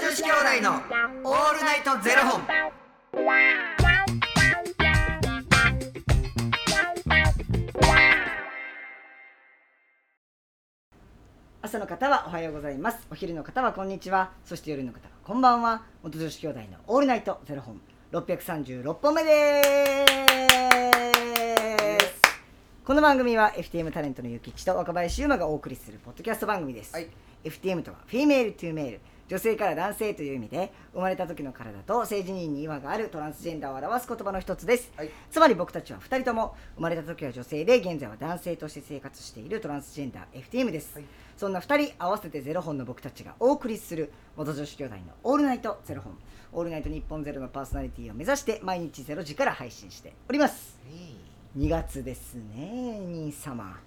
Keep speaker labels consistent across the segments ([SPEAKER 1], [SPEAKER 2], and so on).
[SPEAKER 1] 子兄弟のオールナイトゼロ本。
[SPEAKER 2] 朝の方はおはようございますお昼の方はこんにちはそして夜の方はこんばんは元女子兄弟のオールナイトゼロ本636本目ですこの番組は FTM タレントのゆきちと若林優馬がお送りするポッドキャスト番組です、
[SPEAKER 1] はい
[SPEAKER 2] FTM とはフィメールトゥーメール女性から男性という意味で生まれた時の体と性自認に違和があるトランスジェンダーを表す言葉の一つです、
[SPEAKER 1] はい
[SPEAKER 2] つまり僕たちは2人とも生まれた時は女性で現在は男性として生活しているトランスジェンダー FTM です、
[SPEAKER 1] はい
[SPEAKER 2] そんな2人合わせてゼロ本の僕たちがお送りする元女子兄弟の「オールナイトゼロ本」「オールナイト日本ゼロのパーソナリティを目指して毎日ゼロ時から配信しております2月ですね兄様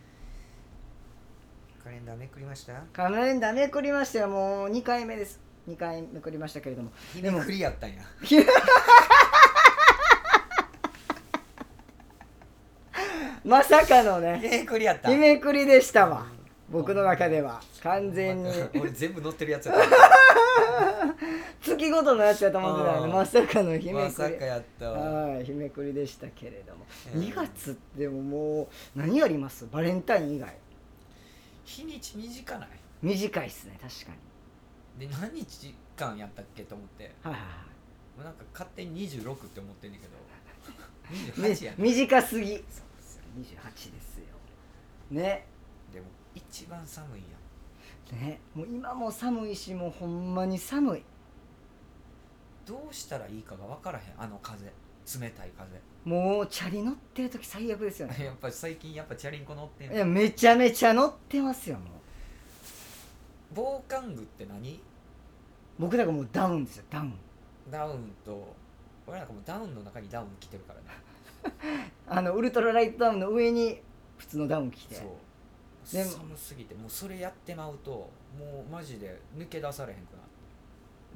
[SPEAKER 1] カレンダーめくりました。
[SPEAKER 2] カレンダーめくりましたよもう2回目です2回めくりましたけれども
[SPEAKER 1] 日
[SPEAKER 2] で
[SPEAKER 1] め
[SPEAKER 2] も
[SPEAKER 1] くりやったんや。
[SPEAKER 2] まさかの
[SPEAKER 1] 日
[SPEAKER 2] ね
[SPEAKER 1] めくりやった。
[SPEAKER 2] 日めくりでしたわ僕の中では完全に
[SPEAKER 1] 俺全部乗ってるやつやった。
[SPEAKER 2] 月ごとのやつやと思ってたのに
[SPEAKER 1] あー
[SPEAKER 2] まさかの日め
[SPEAKER 1] ま
[SPEAKER 2] く
[SPEAKER 1] さ
[SPEAKER 2] り
[SPEAKER 1] かやったわ。
[SPEAKER 2] はい、日めくりでしたけれども、
[SPEAKER 1] えー
[SPEAKER 2] 2月でももう何やりますバレンタイン以外
[SPEAKER 1] 日にち短ない。
[SPEAKER 2] 短いっすね確かに
[SPEAKER 1] で何日間やったっけと思って、
[SPEAKER 2] はいは
[SPEAKER 1] もうなんか勝手に26って思ってんねんけど。
[SPEAKER 2] いはい
[SPEAKER 1] 28や
[SPEAKER 2] ね
[SPEAKER 1] ね。
[SPEAKER 2] 短すぎ28
[SPEAKER 1] そうですよ
[SPEAKER 2] ですよね
[SPEAKER 1] でも一番寒いやん。
[SPEAKER 2] ねもう今も寒いしもうほんまに寒い
[SPEAKER 1] どうしたらいいかが分からへんあの風冷たい風
[SPEAKER 2] もうチャリ乗ってる時最悪ですよ ね
[SPEAKER 1] やっぱり最近やっぱチャリンコ乗ってん
[SPEAKER 2] い
[SPEAKER 1] の
[SPEAKER 2] やめちゃめちゃ乗ってますよもう
[SPEAKER 1] 防寒具って何
[SPEAKER 2] 僕だからもうダウンですよダウン
[SPEAKER 1] ダウンと俺なんかもうダウンの中にダウン着てるからね
[SPEAKER 2] あのウルトラライトダウンの上に普通のダウン着て
[SPEAKER 1] そう
[SPEAKER 2] でも
[SPEAKER 1] 寒すぎてもうそれやってまうともうマジで抜け出されへんくなる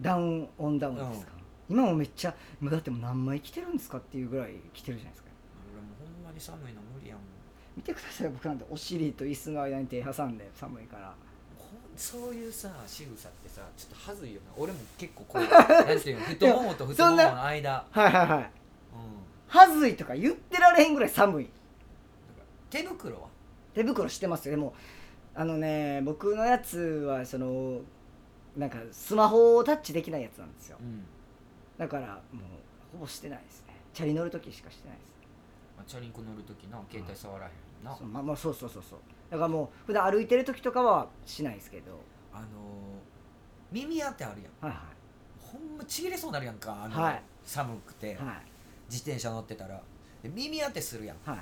[SPEAKER 2] ダウンオンダウンですか、今もめっちゃもうだってもう何枚着てるんですかっていうぐらい着てるじゃないですか
[SPEAKER 1] 俺もうほんまに寒いの無理やもん
[SPEAKER 2] 見てください僕なんてお尻と椅子の間に手挟んで寒いから
[SPEAKER 1] ほんそういうさ仕草ってさちょっとはずいよな俺も結構 こうなんていうの太ももと太ももの間
[SPEAKER 2] はいはいはい
[SPEAKER 1] うん
[SPEAKER 2] はずいとか言ってられへんぐらい寒い
[SPEAKER 1] 手袋は
[SPEAKER 2] 手袋してますよでもあのね僕のやつはそのなんかスマホをタッチできないやつなんですよ
[SPEAKER 1] うん、
[SPEAKER 2] だからもうほぼしてないですねチャリ乗る時しかしてないです
[SPEAKER 1] まあ、チャリンコ乗るときな携帯触らへんな
[SPEAKER 2] そうまあまあそうそうそうそうだからもう普段歩いてる時とかはしないですけど
[SPEAKER 1] あのー耳当てあるやん
[SPEAKER 2] はい
[SPEAKER 1] ほんまちぎれそうになるやんかあの、
[SPEAKER 2] はい
[SPEAKER 1] 寒くて、
[SPEAKER 2] はいは
[SPEAKER 1] 自転車乗ってたらで耳当てするやん
[SPEAKER 2] いはい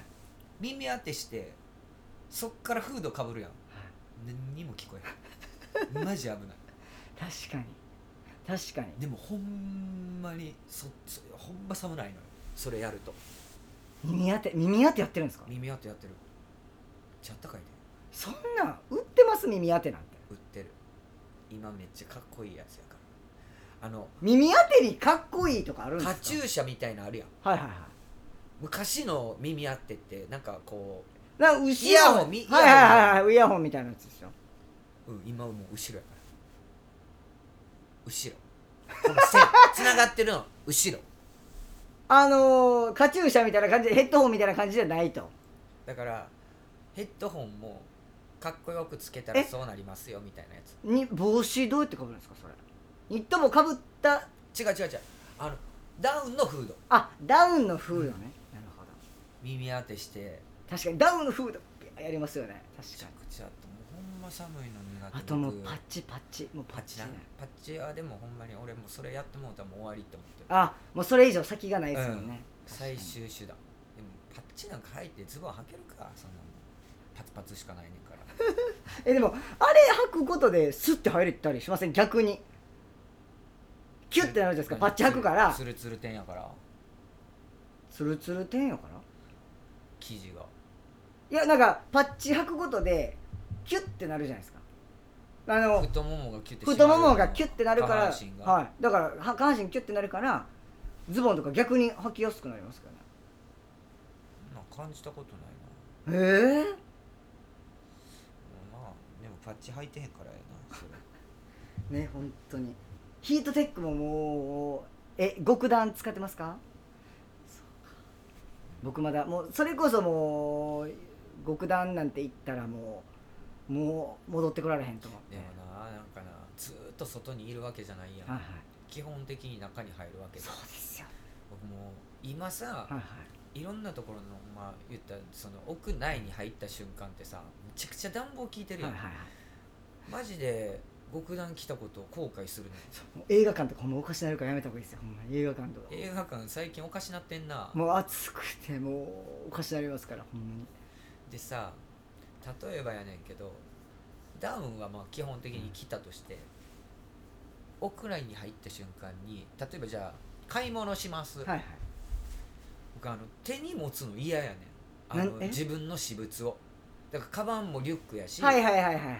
[SPEAKER 1] 耳当てしてそっからフードかぶるやん何にも聞こえへんマジ危ない
[SPEAKER 2] 確かに確かに
[SPEAKER 1] でもほんまにそそほんま寒ないのよそれやると
[SPEAKER 2] 耳当て耳当てやってるんですか
[SPEAKER 1] 耳当てやってるちゃったかいで
[SPEAKER 2] そんなん売ってます耳当てなんて
[SPEAKER 1] 売ってる今めっちゃかっこいいやつやからあの
[SPEAKER 2] 耳当てにかっこいいとかあるんです
[SPEAKER 1] カ
[SPEAKER 2] か
[SPEAKER 1] チューシャみたいなのあるやん
[SPEAKER 2] はいはいはい
[SPEAKER 1] 昔の耳当てってなんかこ
[SPEAKER 2] なんか後ろ
[SPEAKER 1] イヤホンみイヤホン
[SPEAKER 2] はいはいはいはいイヤホンみたいなやつですよ
[SPEAKER 1] う、うん、今はもう後ろやから後ろこの線つながってるの後ろ
[SPEAKER 2] あのー、カチューシャみたいな感じでヘッドホンみたいな感じじゃないと
[SPEAKER 1] だからヘッドホンもかっこよくつけたら
[SPEAKER 2] え
[SPEAKER 1] そうなりますよみたいなやつ
[SPEAKER 2] に帽子どうやってかぶるんですかそれニット帽かぶった
[SPEAKER 1] 違う違う違うあのダウンのフード
[SPEAKER 2] あダウンのフードね、なるほど
[SPEAKER 1] 耳当てして
[SPEAKER 2] 確かにダウンのフードやりますよね
[SPEAKER 1] め
[SPEAKER 2] 確
[SPEAKER 1] ち
[SPEAKER 2] か
[SPEAKER 1] ゃ
[SPEAKER 2] に
[SPEAKER 1] くちゃあともうほんま寒いの苦手
[SPEAKER 2] あともう
[SPEAKER 1] 僕
[SPEAKER 2] パッチパッチもうパ
[SPEAKER 1] パ
[SPEAKER 2] ッ
[SPEAKER 1] ッ
[SPEAKER 2] チ
[SPEAKER 1] チなパッチはでもほんまに俺もうそれやってもうたらもう終わりって思ってる
[SPEAKER 2] あもうそれ以上先がないですもんね、確かに
[SPEAKER 1] 最終手段でもパッチなんか入ってズボン履けるかそんなもんパツパツしかないねんから
[SPEAKER 2] えでもあれ履くことでスッて入れたりしません逆にキュッてなるじゃないですかパッチ履くから
[SPEAKER 1] ツルツル点やから
[SPEAKER 2] ツルツルてんやから
[SPEAKER 1] 生地が
[SPEAKER 2] いやなんかパッチ履くことでキュッてなるじゃないですかあの
[SPEAKER 1] 太ももがキュッて
[SPEAKER 2] 太ももがキュッてなるから
[SPEAKER 1] 下半身が、
[SPEAKER 2] はい、だからは下半身キュッてなるからズボンとか逆に履きやすくなりますか
[SPEAKER 1] なんか感じたことないな
[SPEAKER 2] らねへえ
[SPEAKER 1] まあでもパッチ履いてへんからやなそれ
[SPEAKER 2] ね本当にヒートテックももうえ極暖使ってますか僕まだもうそれこそもう極暖なんて言ったらもうもう戻ってこられへんと思って
[SPEAKER 1] でもななんかなずーっと外にいるわけじゃないやん、
[SPEAKER 2] はいはい
[SPEAKER 1] 基本的に中に入るわけだ
[SPEAKER 2] そうですよ
[SPEAKER 1] 僕もう今さ
[SPEAKER 2] はいはい
[SPEAKER 1] いろんなところのまあ言ったらその屋内に入った瞬間ってさめちゃくちゃ暖房効いてる
[SPEAKER 2] は
[SPEAKER 1] や
[SPEAKER 2] い
[SPEAKER 1] ん、
[SPEAKER 2] はいはい
[SPEAKER 1] マジで極暖来たことを後悔するね
[SPEAKER 2] そうもう映画館とかほんまおかしなるからやめた方がいいですよほんまに映画館とか
[SPEAKER 1] 映画館最近おかしなってんな
[SPEAKER 2] もう暑くてもうおかしなりますからほんまに
[SPEAKER 1] でさ例えばやねんけどダウンはまあ基本的に来たとして、屋内に入った瞬間に例えばじゃあ買い物します、
[SPEAKER 2] はいはい
[SPEAKER 1] 僕あの手に持つの嫌やねんあの
[SPEAKER 2] なんえ
[SPEAKER 1] 自分の私物をだからカバンもリュックやし、
[SPEAKER 2] はいはいはいはいはい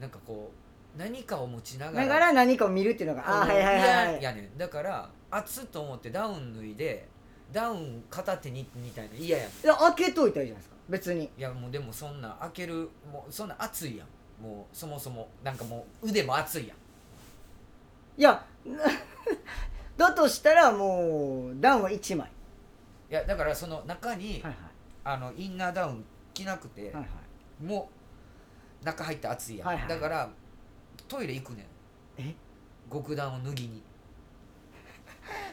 [SPEAKER 1] なんかこう何かを持ちながら
[SPEAKER 2] だから何かを見るっていうのがああーはいはいはいはい
[SPEAKER 1] 嫌やねんだから暑っと思ってダウン脱いでダウン片手にみたいな嫌やねん
[SPEAKER 2] いや開けといたらいいじゃないですか別に
[SPEAKER 1] いやもうでもそんな開けるもうそんな暑いやんもうそもそもなんかもう腕も暑いやん
[SPEAKER 2] いや だとしたらもうダウンは1枚
[SPEAKER 1] いやだからその中に、
[SPEAKER 2] はい
[SPEAKER 1] あのインナーダウン着なくて、
[SPEAKER 2] はいはい
[SPEAKER 1] もう中入って暑いやん、
[SPEAKER 2] はいはい
[SPEAKER 1] だからトイレ行くねん
[SPEAKER 2] え
[SPEAKER 1] 極暖を脱ぎに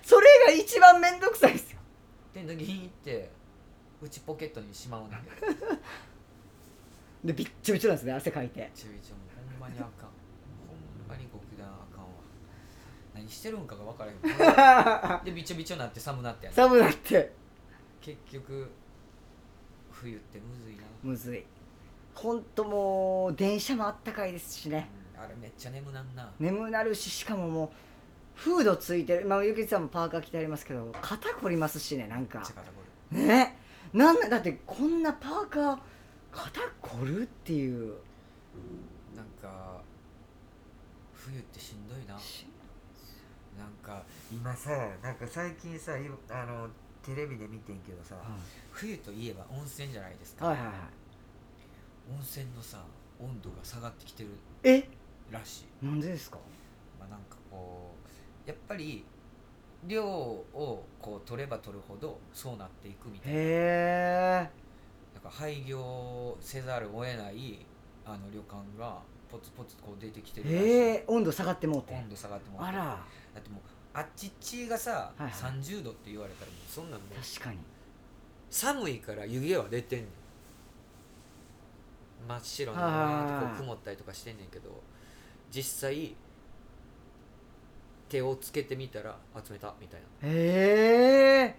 [SPEAKER 2] それが一番面倒くさいですよ
[SPEAKER 1] で脱ぎに行って内ポケットにしま うねんけど
[SPEAKER 2] でびっちょびちょなんですね汗かいて
[SPEAKER 1] ちょいちょいもうほんまにあかんほんまに極暖あかんわ何してるんかが分から へんでびちょびちょなって寒なってやな
[SPEAKER 2] 寒なって
[SPEAKER 1] 結局冬ってむずいな
[SPEAKER 2] むずいほんともう電車もあったかいですしね
[SPEAKER 1] うんあれめっちゃ眠なんな
[SPEAKER 2] 眠なるししかももうフードついてるまあゆきちさんもパーカー着てありますけど肩こりますしねなんか
[SPEAKER 1] めっちゃ肩こ
[SPEAKER 2] ねなんなだってこんなパーカー肩こるっていう
[SPEAKER 1] りなんか冬ってしんどいな
[SPEAKER 2] し
[SPEAKER 1] なんか今さなんか最近さいあのテレビで見てんけどさ冬といえば温泉じゃないですか、
[SPEAKER 2] はいはいはい
[SPEAKER 1] 温泉のさ温度が下がってきてる
[SPEAKER 2] え
[SPEAKER 1] らしい、
[SPEAKER 2] なんでですか
[SPEAKER 1] まあ、なんかこうやっぱり量をこう取れば取るほどそうなっていくみたいな
[SPEAKER 2] へえ
[SPEAKER 1] なんか廃業せざるを得ないあの旅館がポツポツこう出てきてるらしい、
[SPEAKER 2] へえ温度下がってもうて
[SPEAKER 1] 温度下がってもら
[SPEAKER 2] あ
[SPEAKER 1] って
[SPEAKER 2] ら
[SPEAKER 1] だってもうあっちっちがさ、
[SPEAKER 2] はいはい
[SPEAKER 1] 30度って言われたらもうそんなんもう
[SPEAKER 2] 確かに
[SPEAKER 1] 寒いから湯気は出てんねん真っ白な
[SPEAKER 2] はい
[SPEAKER 1] こう曇ったりとかしてんねんけど実際手をつけてみたら集めたみたいな
[SPEAKER 2] へえ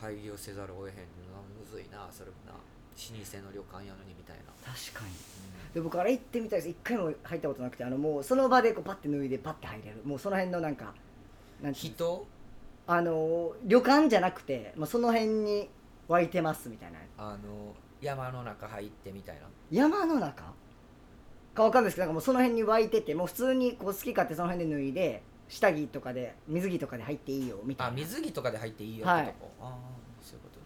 [SPEAKER 1] 廃業せざるを得へんなむずいなそれもな老舗の旅館やのにみたいな、
[SPEAKER 2] 確かに
[SPEAKER 1] う
[SPEAKER 2] で僕あれ行ってみたいです一回も入ったことなくてあのもうその場でこうパッて脱いでパッて入れるもうその辺のなんかなん
[SPEAKER 1] ん、
[SPEAKER 2] ていうの
[SPEAKER 1] 人
[SPEAKER 2] あの旅館じゃなくて、まあ、その辺に湧いてますみたいな
[SPEAKER 1] あの山の中入ってみたいな
[SPEAKER 2] 山の中かわかんないですけどなんかもうその辺に湧いててもう普通にこう好き勝手その辺で脱いで下着とかで水着とかで入っていいよみたい
[SPEAKER 1] あ
[SPEAKER 2] な
[SPEAKER 1] 水着とかで入っていいよ
[SPEAKER 2] はい
[SPEAKER 1] ってとこ、ああそういうこと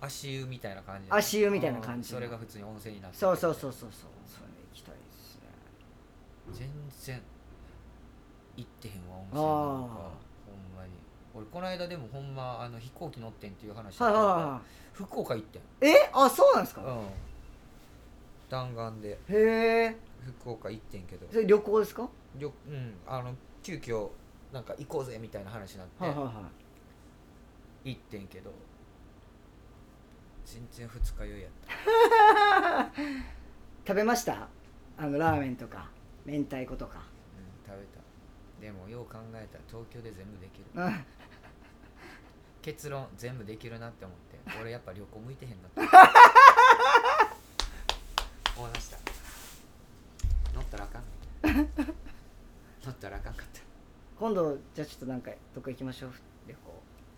[SPEAKER 1] な足湯みたいな感じ
[SPEAKER 2] 足湯みたいな感じ
[SPEAKER 1] うんそれが普通に温泉になってて
[SPEAKER 2] そうそうそうそうそうそれ行きたいですね
[SPEAKER 1] 全然行ってへんわ温
[SPEAKER 2] あ
[SPEAKER 1] 泉
[SPEAKER 2] ー
[SPEAKER 1] なんかほんまに俺この間でもほんまあの飛行機乗ってんっていう話だ
[SPEAKER 2] はい
[SPEAKER 1] った
[SPEAKER 2] は
[SPEAKER 1] か
[SPEAKER 2] い
[SPEAKER 1] ら
[SPEAKER 2] は
[SPEAKER 1] 福岡行ってん
[SPEAKER 2] いえあそうなんですか、
[SPEAKER 1] うん弾丸で
[SPEAKER 2] へえ
[SPEAKER 1] 福岡行ってんけど
[SPEAKER 2] それ旅行ですか、
[SPEAKER 1] りょうんあの急遽なんか行こうぜみたいな話になって、
[SPEAKER 2] はいはいはい
[SPEAKER 1] 行ってんけど全然二日酔いやった
[SPEAKER 2] 食べましたあのラーメンとか明太子とか
[SPEAKER 1] うん食べたでもよう考えたら東京で全部できる
[SPEAKER 2] うん
[SPEAKER 1] 結論全部できるなって思って俺やっぱ旅行向いてへん なって思いました乗ったらあ かんね乗ったらあかんかった
[SPEAKER 2] 今度じゃあちょっとなんかどっか行きましょう旅行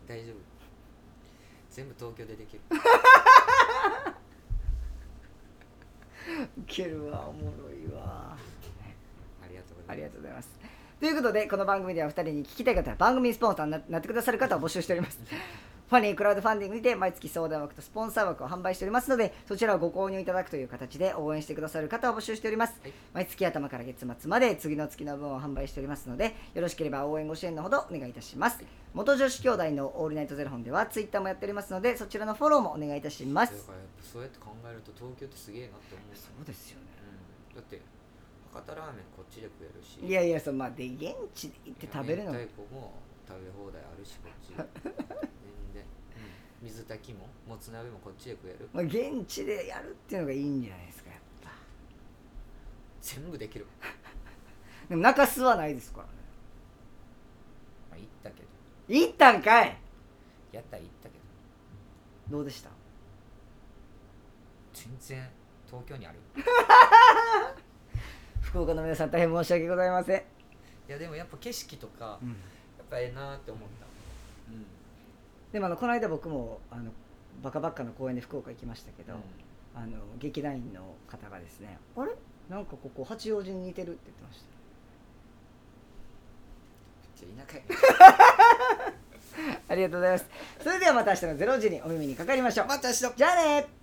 [SPEAKER 1] 大丈夫全部東京でできる
[SPEAKER 2] いけるわおもろいわ
[SPEAKER 1] ありがとうござ
[SPEAKER 2] あ
[SPEAKER 1] い
[SPEAKER 2] り
[SPEAKER 1] ま
[SPEAKER 2] がとうございますということでこの番組では2人に聞きたい方番組スポンサーにななってくださる方を募集しております ファニークラウドファンディングにて毎月相談枠とスポンサー枠を販売しておりますのでそちらをご購入いただくという形で応援してくださる方を募集しております、
[SPEAKER 1] はい
[SPEAKER 2] 毎月頭から月末まで次の月の分を販売しておりますのでよろしければ応援ご支援のほどお願いいたします、元女子兄弟のオールナイトゼロ本ではツイッターもやっておりますのでそちらのフォローもお願いいたしま
[SPEAKER 1] だ
[SPEAKER 2] す
[SPEAKER 1] からやっぱそうやって考えると東京ってすげえなって思う
[SPEAKER 2] そうですよね
[SPEAKER 1] うん、だって博多ラーメンこっちで食えるし
[SPEAKER 2] いやいやそうまあで現地で行って食べるの
[SPEAKER 1] 明太子も食べ放題あるしこっち全然、うん水炊きももつ鍋もこっちで食える
[SPEAKER 2] まあ、現地でやるっていうのがいいんじゃないですかやっぱ
[SPEAKER 1] 全部できる、
[SPEAKER 2] でも中洲はないですからね
[SPEAKER 1] まあ、行ったけど
[SPEAKER 2] 行ったんかい
[SPEAKER 1] やったら行ったけど
[SPEAKER 2] どうでした
[SPEAKER 1] 全然東京にある
[SPEAKER 2] 福岡の皆さん大変申し訳ございません、
[SPEAKER 1] いやでもやっぱ景色とか
[SPEAKER 2] うん、
[SPEAKER 1] やっぱええなって思ったうん
[SPEAKER 2] でもあのこの間僕もあのバカバッカの公演で福岡行きましたけど、あの劇団員の方がですねあれなんかここ八王子に似てるって言ってました
[SPEAKER 1] めっちゃ田舎や
[SPEAKER 2] ありがとうございますそれではまた明日の0時にお耳にかかりましょう
[SPEAKER 1] なまた明日
[SPEAKER 2] じゃあね